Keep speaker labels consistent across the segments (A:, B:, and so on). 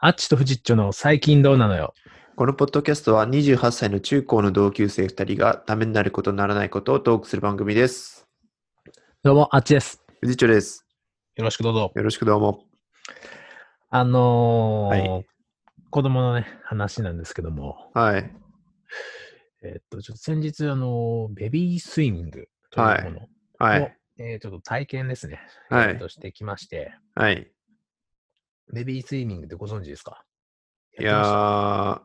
A: アッチとフジッチョの最近どうなのよ。
B: このポッドキャストは28歳の中高の同級生2人がためになることならないことをトークする番組です。
A: どうも、アッチです。
B: 藤長です。
A: よろしくどうぞ。
B: よろしくどうも。
A: あのー
B: は
A: 子供のね、話なんですけども、
B: はい。
A: えーっと、ちょっと先日、あのーベビースイングというものを、
B: はい。
A: えーちょっと体験ですね、
B: はい
A: えーっとしてきまして、
B: はい。
A: ベビースイミングってご存知ですか
B: いやー、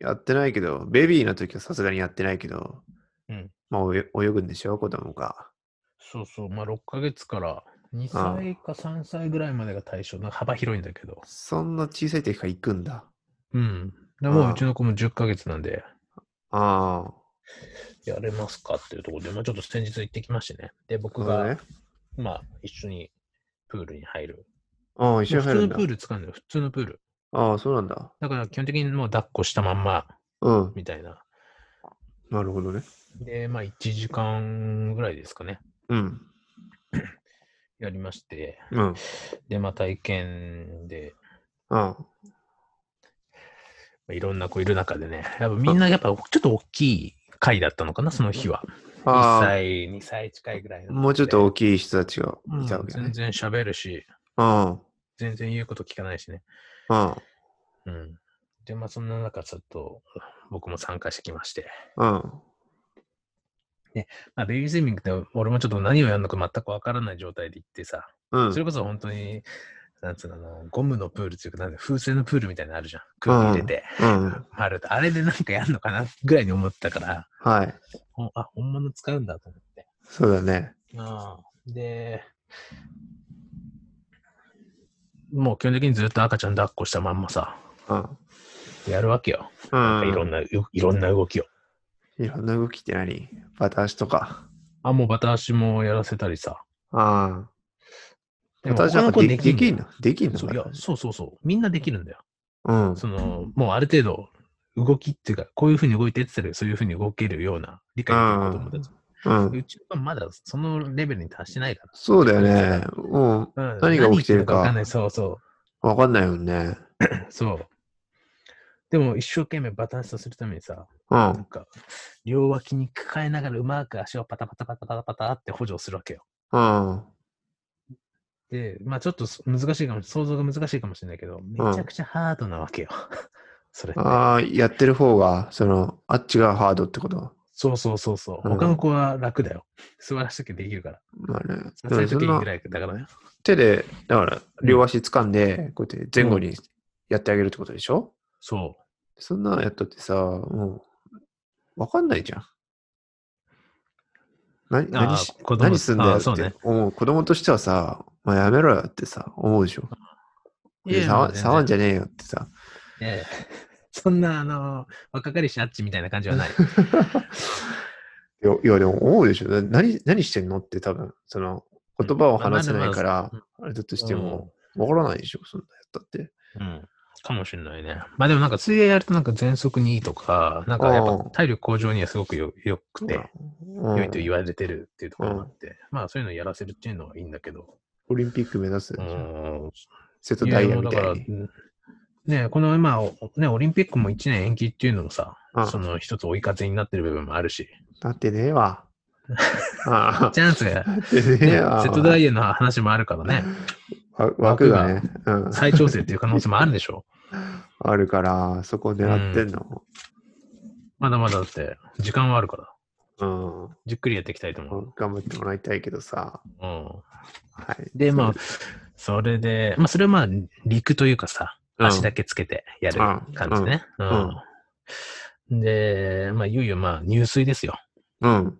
B: やってないけど、ベビーの時はさすがにやってないけど、
A: うん
B: まあおよ泳ぐんでしょ、子供が。
A: そうそう、まあ、6ヶ月から2歳か3歳ぐらいまでが対象、なんか幅広いんだけど、
B: そんな小さい時から行くんだ。
A: うん。でも
B: あ
A: う
B: あ
A: うちの子も10ヶ月なんで、
B: ああ。
A: やれますかっていうところで、まあ、ちょっと先日行ってきましてね。で、僕
B: なるほど
A: が、
B: ね。
A: まあ、一緒にプールに入る。
B: ああ、一緒
A: ま
B: に
A: あ普
B: 入
A: 通の
B: るんだ
A: プー。ル使うんだよ、普通のプール。
B: ああ、そうなんだ。
A: だから基本的にもう抱っこしたまんま、
B: うん。
A: みたいな。
B: なるほどね。
A: で、まあ、1時間ぐらいですかね、
B: うん。
A: やりまして。
B: うん。
A: で、まあ、体験で、
B: あ
A: まあいろんな子いる中でね、やっぱみんなやっぱちょっと大きい回だったのかな、その日は。1
B: あああ。
A: 歳、2歳近いぐらいの
B: もうちょっと大きい人たちがいたわけ
A: うん
B: だ
A: 全
B: ね。
A: 然喋るし、
B: うん。
A: 全然言うこと聞かないしね。
B: うん。
A: うん。で、まあ、そんな中、ちょっと、僕も参加してきまして。
B: うん。
A: まあ、ベビースイミングって、俺もちょっと何をやるのか全くわからない状態で行ってさ、
B: うん
A: それこそ本当に、なんつうのあの、ゴムのプールっていうか、なんで風船のプールみたいなのあるじゃん。空気入れて、
B: うん。
A: あると。あれでなんかやるのかなぐらいに思ったから、
B: はい。
A: ほあ、本物使うんだと思って。
B: そうだね。
A: ああで、もう基本的にずっと赤ちゃん抱っこしたまんまさ、
B: うん。
A: やるわけよ。
B: う
A: なん
B: ん。
A: かいろんな、いろんな動きを。
B: いろんな動きって何バタ足とか。
A: あ、もうバタ足もやらせたりさ。
B: ああ。
A: でも
B: バタ足なんか
A: 他の子
B: で
A: で
B: で
A: き
B: き
A: ん
B: ん
A: の
B: のできんの
A: そういや
B: バタ足
A: そうそうそう。みんなできるんだよ。
B: うん。
A: その、もうある程度、動きっていうか、こういうふうに動いてって言ったら、そういうふうに動けるような理解できる子供たち。
B: うん。
A: うちはまだそのレベルに達してないか
B: そうだよね。うん。
A: ら。うん
B: 何が起きてるか
A: 何言っわかんない。そうそ
B: わかんないもんね。
A: う。そう。でも一生懸命バタンスするためにさ、
B: う
A: なん
B: ん。
A: か、両脇に抱えながらうまく足をパタパタパタパタパタって補助するわけよ。
B: うん。
A: で、まあちょっとそ難しいかも、想像が難しいかもしれないけど、めちゃくちゃハードなわけよ。 それって。
B: ああ、やってる方が、その、あっちがハードってこと。
A: そうそうそうそう。
B: うん
A: 他の子は楽だよ。座らしときゃできるから。
B: まあね。
A: 撮
B: だから
A: 影
B: そ
A: 時に
B: の
A: ぐらいだからね。
B: 手で、だから、両足掴んで、こうやって前後にやってあげるってことでしょ
A: そ
B: そんなのやったってさ、もう、わかんないじゃん。何
A: う。
B: 何
A: あ
B: し
A: ー子供
B: 何すんだよ
A: あー
B: っ
A: そうね
B: て。思う。子供としてはさ、まあ、やめろよってさ、思うでしょ。
A: いやいや
B: 触
A: 全然
B: 触んじゃねえよってさ。
A: え えそんな、あの、若かりしあっちみたいな感じはない。
B: いや、いやでも思うでしょ。な何何してんのって多分、その、 言葉を話せないから、あれだとしても、わからないでしょ、そんなやったって。
A: うん。かもしれないね。まあでもなんか水泳やるとなんか喘息にいいとか、なんかやっぱ
B: うん
A: 体力向上にはすごくよよくて、
B: うん
A: 良いと言われてるっていうところもあって、まあそういうのやらせるっていうのはいいんだけど、
B: オリンピック目指すでし
A: う
B: ょ。
A: ん、
B: 瀬戸大也みた
A: や
B: い
A: もうだ
B: に。
A: からうんねこの今、おね、オリンピックも1年延期っていうのもさ、
B: うん
A: その一つ追い風になってる部分もあるし、
B: なってねえわ。 あ
A: チャンスが、ね、
B: あ、なってねえわ。
A: 瀬戸大也の話もあるからね、
B: わ枠がね、うん、
A: 再調整っていう可能性もあるでしょ。
B: あるから、そこ狙ってんの。
A: まだまだだって、時間はあるから、
B: うん
A: じっくりやっていきたいと思う。
B: 頑張ってもらいたいけどさ。
A: うん、
B: はい、
A: で、まあ
B: そ、
A: それで、まあ、それはまあ、陸というかさ、
B: うん
A: 足だけつけてやる感じね。うんんで、まあ、いよいよまあ、入水ですよ。
B: ううん。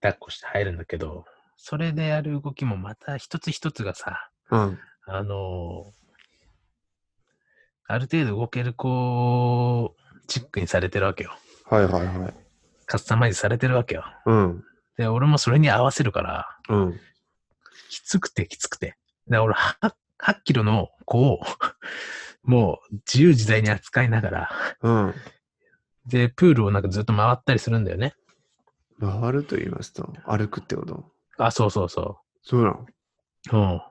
A: 抱っこして入るんだけど、それでやる動きもまた一つ一つがさ、
B: うん。
A: あのーある程度動ける子チックにされてるわけよ。
B: はいはいはい。
A: カスタマイズされてるわけよ。
B: うん。
A: で、俺もそれに合わせるから、
B: うん。
A: きつくてきつくて。で、俺は、8キロの子を、 もう自由自在に扱いながら、
B: うん。
A: で、プールをなんかずっと回ったりするんだよね。
B: 回ると言いますと、歩くってこと。
A: あ、そうそうそ
B: そうなの
A: う。うん。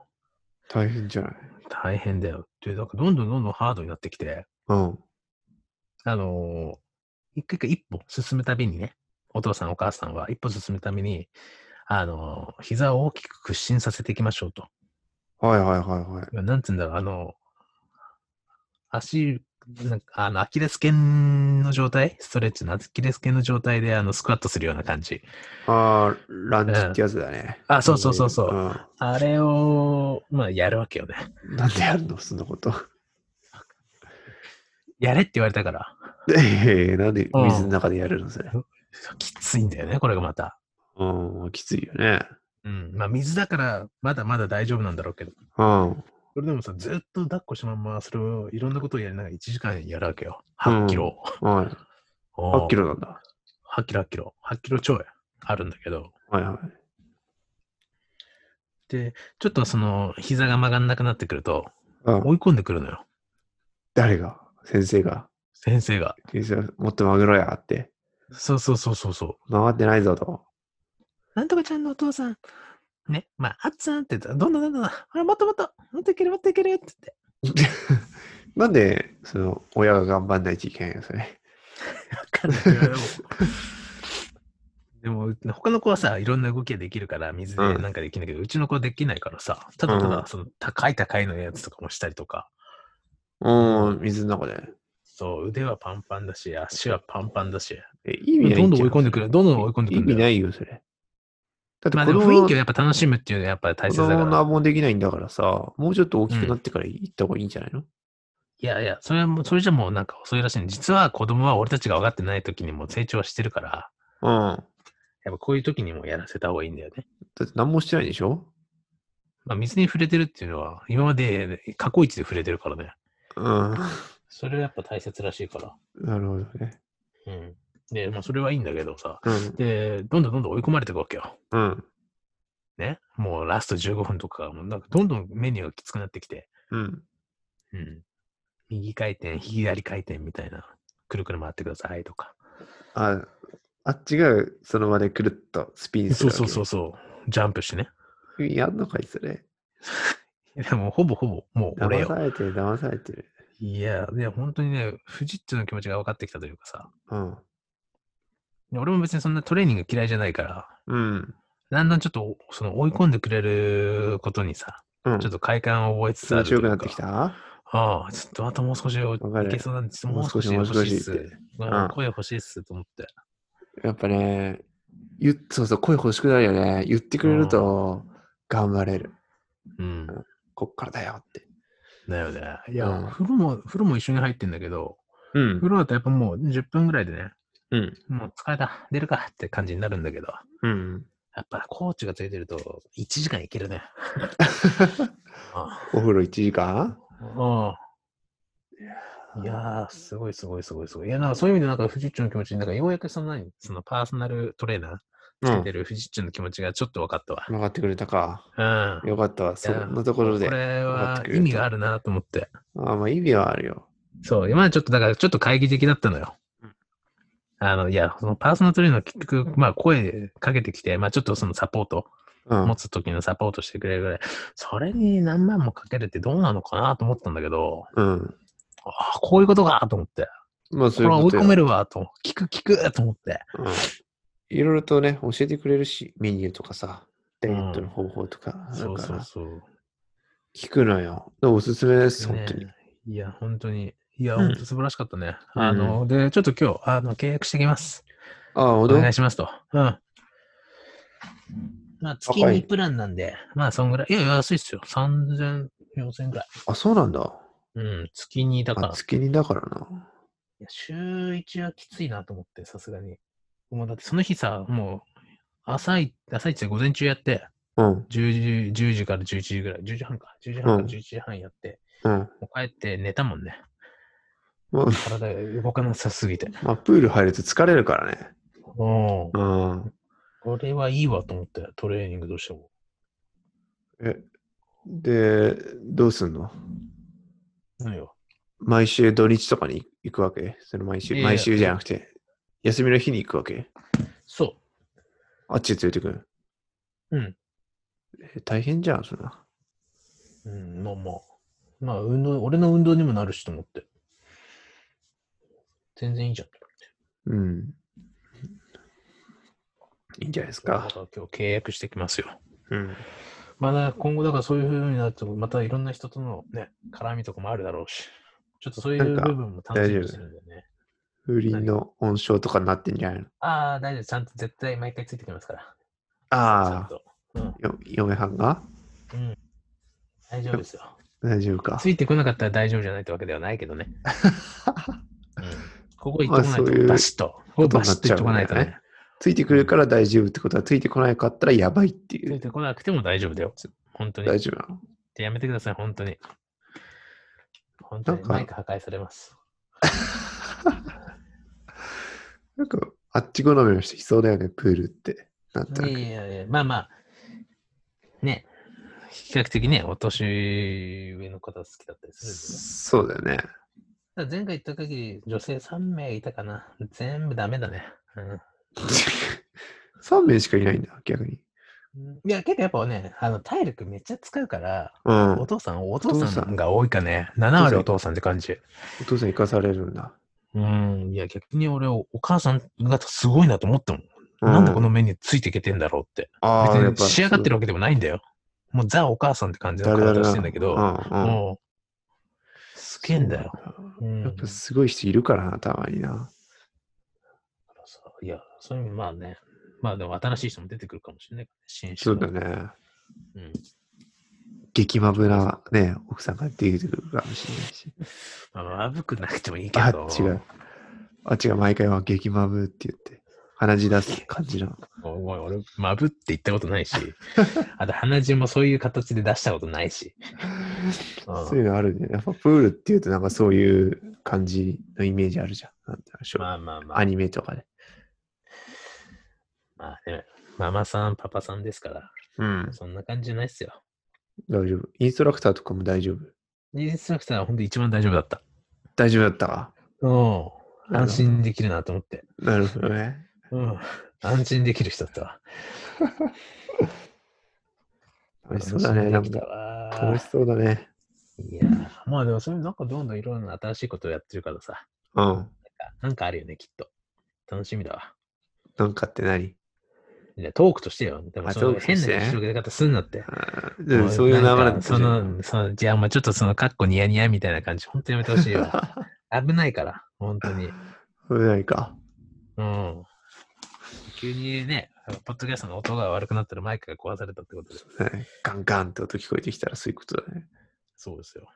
B: 大変じゃない。
A: 大変だよ。で、なんかどんどんどんどんハードになってきて、
B: うん。
A: あのー一回一回一歩進むたびにね、お父さんお母さんは一歩進むために、あのー膝を大きく屈伸させていきましょうと。
B: はいはいはいはい。
A: いやなんつうんだろう、あのー足、なんかあの、アキレス腱の状態、ストレッチのアキレス腱の状態で、あの、スクワットするような感じ。
B: ああ、ランチってやつだね。
A: あ、そうそうそうそう。
B: ん
A: あれを、まあ、やるわけよね。
B: なんでやるのそんなこと。
A: やれって言われたから、
B: ええ、なんで
A: うん
B: 水の中でやるのそれ。
A: きついんだよね、これがまた。
B: うん、きついよね。
A: うん。まあ、水だから、まだまだ大丈夫なんだろうけど。
B: うん。
A: それでもさ、ずっと抱っこしたまんま、それをいろんなことをやりながら1時間やるわけよ。8キロ。
B: はい。
A: お
B: 8
A: う
B: キロなんだ。
A: 8キロ、8キロ。8キロ超あるんだけど。
B: はいはい。
A: で、ちょっとその、膝が曲がんなくなってくると、
B: うん、
A: 追い込んでくるのよ。
B: 誰が先生が。
A: 先生が。
B: 先生もっと曲げろやって。
A: そうそうそうそうそう。
B: 曲がってないぞと。
A: なんとかちゃんのお父さん、ね、まあ、あっつんって言ったら、どんどんどんどん、あれもっともっと、もっといける、もっといけるって言っ
B: なんで、その、親が頑張んないといけないのそれ。
A: て。わかんないよでも、でも他の子はさ、いろんな動きができるから、水でなんかできないけど、うちの子はできないからさ、ただた
B: う
A: だ
B: ん、
A: その、高い高いのやつとかもしたりとか、
B: うん、水の中で。
A: そう、腕はパンパンだし、足はパンパンだし、
B: え意味ないじゃ
A: どんどん追い込んでくる、どんどん追い込んでくる
B: 意
A: んだ
B: 味
A: よ。
B: ないよ、それ。だって
A: まあ
B: 子
A: でも
B: 供
A: 雰囲
B: の
A: 気をやっぱ楽しむっていうのはやっぱ大切
B: 子
A: だか
B: 供の
A: ら。
B: アボンできないんだからさ、もうちょっと大きくなってから行った方がいいんじゃないの、
A: いやいや、それはもう、それじゃもうなんか遅いらしい、ね。実は子供は俺たちが分かってない時にもう成長してるから、
B: うん、
A: やっぱこういう時にもやらせた方がいいんだよね。
B: だって何もしてないでしょ
A: まあ、水に触れてるっていうのは、今まで過去一で触れてるからね。
B: うん。な
A: それはやっぱ大切らしいから。
B: るほどね。
A: うん。で、まあ、それはいいんだけどさ。
B: うん。
A: で、どんどんどんどん追い込まれていくわけよ。
B: うん。
A: ね。もうラスト15分とか、もうなんかどんどんメニューがきつくなってきて。
B: うん。
A: うん。右回転、左回転みたいな。くるくる回ってくださいとか。
B: あ、あっちがその場でくるっとスピンす
A: そ
B: る
A: うそうそう
B: う
A: そう。ジャンプしてね。
B: そう。やんのかい、それ。
A: でも、ほぼほぼ、もう俺
B: 騙
A: よ
B: さ。れてる、騙されてる。
A: いや、いや、本当にね、フジッチの気持ちが分かってきたというかさ。
B: うん。
A: 俺も別にそんなトレーニング嫌いじゃないから、
B: うん。
A: だんだんちょっと、その追い込んでくれることにさ、
B: うん。
A: ちょっと快感を覚えつつあ
B: 面
A: るとい
B: 白
A: うか。
B: くなってきた
A: ああ、ちょっとあともう少しおい
B: かる
A: けそうなんです。
B: も
A: もう
B: う少
A: 少
B: し
A: し欲しいっす。
B: もう少しって
A: うん
B: うん
A: 声欲しいっすと思って。
B: やっぱね、言っそうそう、声欲しくなるよね。言ってくれると、頑張れる。
A: うん。
B: こっからだよって。
A: だよね。いや、
B: うん
A: 風呂も、風呂も一緒に入ってんだけど、
B: うん
A: 風。呂だとやっぱもう10分ぐらいでね、
B: うん。
A: もう疲れた、出るかって感じになるんだけど、
B: うん。
A: やっぱコーチがついてると1時間いけるね。あ
B: お風呂1時間
A: あいやー、すごいすごいすごいすごい。いや、なんかそういう意味でなんか、フジッチの気持ちに、なんかようやくその何、そのパーソナルトレーナ
B: う
A: ーつ
B: ん
A: いて。るフジッチの気持ちがちょっと分かったわ。
B: 分かってくれたか。
A: うん。
B: よかったわ。そんなところで。
A: これ
B: 分かっ
A: は
B: てくれた
A: 意味があるなと思って。
B: ああまあ意味はあるよ。
A: そう、今はちょっとだからちょっと懐疑的だったのよ
B: うん。
A: あの、いや、そのパーソナルトレーナー結局、まあ声かけてきて、まあちょっとそのサポート、
B: うん。
A: 持つ時のサポートしてくれるぐらい、それに何万もかけるってどうなのかなと思ったんだけど、
B: うん。
A: ああ、こういうことかと思って。
B: まあ
A: こ
B: そうい
A: れ
B: う
A: は追
B: こ
A: い
B: とよ
A: 込めるわと。聞く聞くと思って。
B: うんいろいろとね、教えてくれるし、メニューとかさ、ダイエットの方法とか、な
A: そ
B: ん
A: う
B: か
A: そう
B: な
A: そう。
B: 聞くのよ。でもおすすめです、本当に。
A: ねえいや、本当に。いや、
B: うん
A: 本当素晴らしかったね。あの、で、ちょっと今日、あの、契約してきます。
B: ああ、ほ
A: お
B: ど。
A: 願いしますと。うん。まあ、月
B: 高い
A: にプランなんで、まあ、そんぐらい。いや、安いっすよ。3000、4000ぐらい。
B: あ、そうなんだ。
A: うん、月にだから
B: あ、。月にだからな。
A: いや週1はきついなと思って、さすがに。もうだってその日さ、もう、朝い、朝一で午前中やって、
B: うん、
A: 10時、10時から11時ぐらい、10時半か、10時半から11時半やって、
B: うん。
A: もう帰って寝たもんね。
B: ま あ、
A: 体が動かなさすぎて。
B: まあ、プール入ると疲れるからね。
A: おー
B: うん。
A: これはいいわと思って、トレーニングとしても。
B: え、で、どうすんの
A: 何よ。
B: 毎週土日とかに行くわけそれ毎週、
A: いやいや
B: 毎週じゃなくて、休みの日に行くわけ
A: そ
B: あっちへ連れてくん
A: うん。
B: え大変じゃん、そんな。
A: う。うん、まあまあ。まあ、運動、俺の運動にもなるしと思って。全然いいじゃん。
B: うん。いいんじゃないですか
A: だ。から今日契約してきますよ。
B: うん。
A: まだ今後、だからそういうふうになると、またいろんな人とのね、絡みとかもあるだろうし、ちょっとそういう
B: なんか
A: 部分も楽しみにしてるんだよね。
B: 風鈴の温床とかになってんじゃないの
A: ああ、大丈夫。ちゃんと絶対毎回ついてきますから。ちゃん
B: あ
A: と。うん
B: あ、、よ嫁はんが
A: 大丈夫ですよ。
B: 大丈夫か
A: つ。いてこなかったら大丈夫じゃないってわけではないけど ね。うん、ここ行ってこない
B: まあそうい
A: と、
B: う
A: バシッと。ここバシッと行ってこないと
B: ことになっちゃうんだよ
A: ね
B: ね。ついてくるから大丈夫ってことは、ついてこなかったらやばいって
A: つ
B: い。
A: いうてこなくても大丈夫だよ。本当に。
B: 大丈夫なの
A: やめてください、本当に。本当に
B: なんか
A: マイク破壊されます。
B: なんか、あっち好みの人いそうだよね、プールって。なんとないく。
A: やいやいや、まあまあ、ね、比較的ね、お年上の方好きだったりするんでね
B: そうだよ ね。
A: ただ前回行った限り、女性3名いたかな。全部ダメだね。
B: 3名しかいないんだ、逆に。
A: うん、いや、けどやっぱね、あの体力めっちゃ使うから、
B: うん。
A: お
B: お
A: 父さん、お
B: 父さん
A: 父さんが多いかね。7割お父さんって感じ。
B: 父さん生かされるんだ。
A: うん、いや、逆に俺、おお母さんがすごいなと思ったもん。
B: う
A: なんでこの目についていけてんだろうって。
B: あ
A: 別
B: ーや
A: に仕上がってるわけでもないんだよ。もうザお母さんって感じの
B: 誰
A: 体
B: 々
A: してんだけど、
B: うんうん。
A: もう、すげえんだよ。うん
B: やっぱすごい人いるからな、たまにな。
A: いや、そういう意味、まあね、まあでも新しい人も出てくるかもしれないからね、新
B: そ
A: 種
B: う
A: の
B: だね。
A: うん
B: 激マブなね、奥さんが出てくるかもしれないし。
A: まあ、まぶくなくてもいいけ
B: あ
A: ど、、
B: 違う。あ、違う。毎回は激マブって言って、鼻血出す感じの。
A: おい俺、まぶって言ったことないし、 あと鼻血もそういう形で出したことないし。うん
B: そういうのあるね。やっぱプールって言うとなんかそういう感じのイメージあるじゃん。なんていうのしょ
A: まあまあまあ
B: ア、ニメとかで。
A: まあね、ママさん、パパさんですから、
B: うん。
A: そんな感じじゃないっすよ。
B: 大丈夫。インストラクターとかも大丈夫。
A: インストラクターは本当一番大丈夫だった。
B: 大丈夫だったか
A: うん。
B: なるほど
A: 安心できるなと思って。
B: なるほどね。
A: うん。安心できる人だったわ。
B: 楽しそうだね。な
A: 安心
B: ん
A: でき
B: か
A: たわ
B: 楽しそうだね。
A: いやー、まあでもそれなんかどんどんいろんな新しいことをやってるからさ、
B: うん。
A: なんかなんかあるよね、きっと。楽しみだわ。
B: なんかって何
A: いやトークとしてよ。でも
B: あ
A: そ
B: ト
A: の
B: ークと
A: 変
B: して
A: な広げ方すんなって。
B: あーでもそういう流れだ
A: な
B: っ
A: んか
B: たじ
A: そ
B: ゃん
A: の、その、じゃあもうちょっとその、かっこニヤニヤみたいな感じ、本当やめてほしい わ。危ないから、本当に。
B: 危ないか。
A: うん。急にね、ポッドキャストの音が悪くなったらマイクが壊されたってことで。
B: ねガンガンって音聞こえてきたらそういうことだね。
A: そうですよ。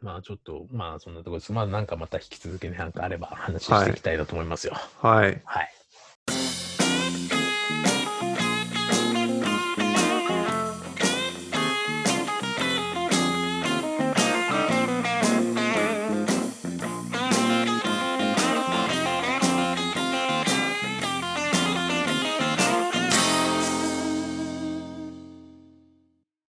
A: まあちょっと、まあそんなところです。まあなんかまた引き続きね、なんかあれば話していきたいなと思いますよ。
B: はい。
A: はい。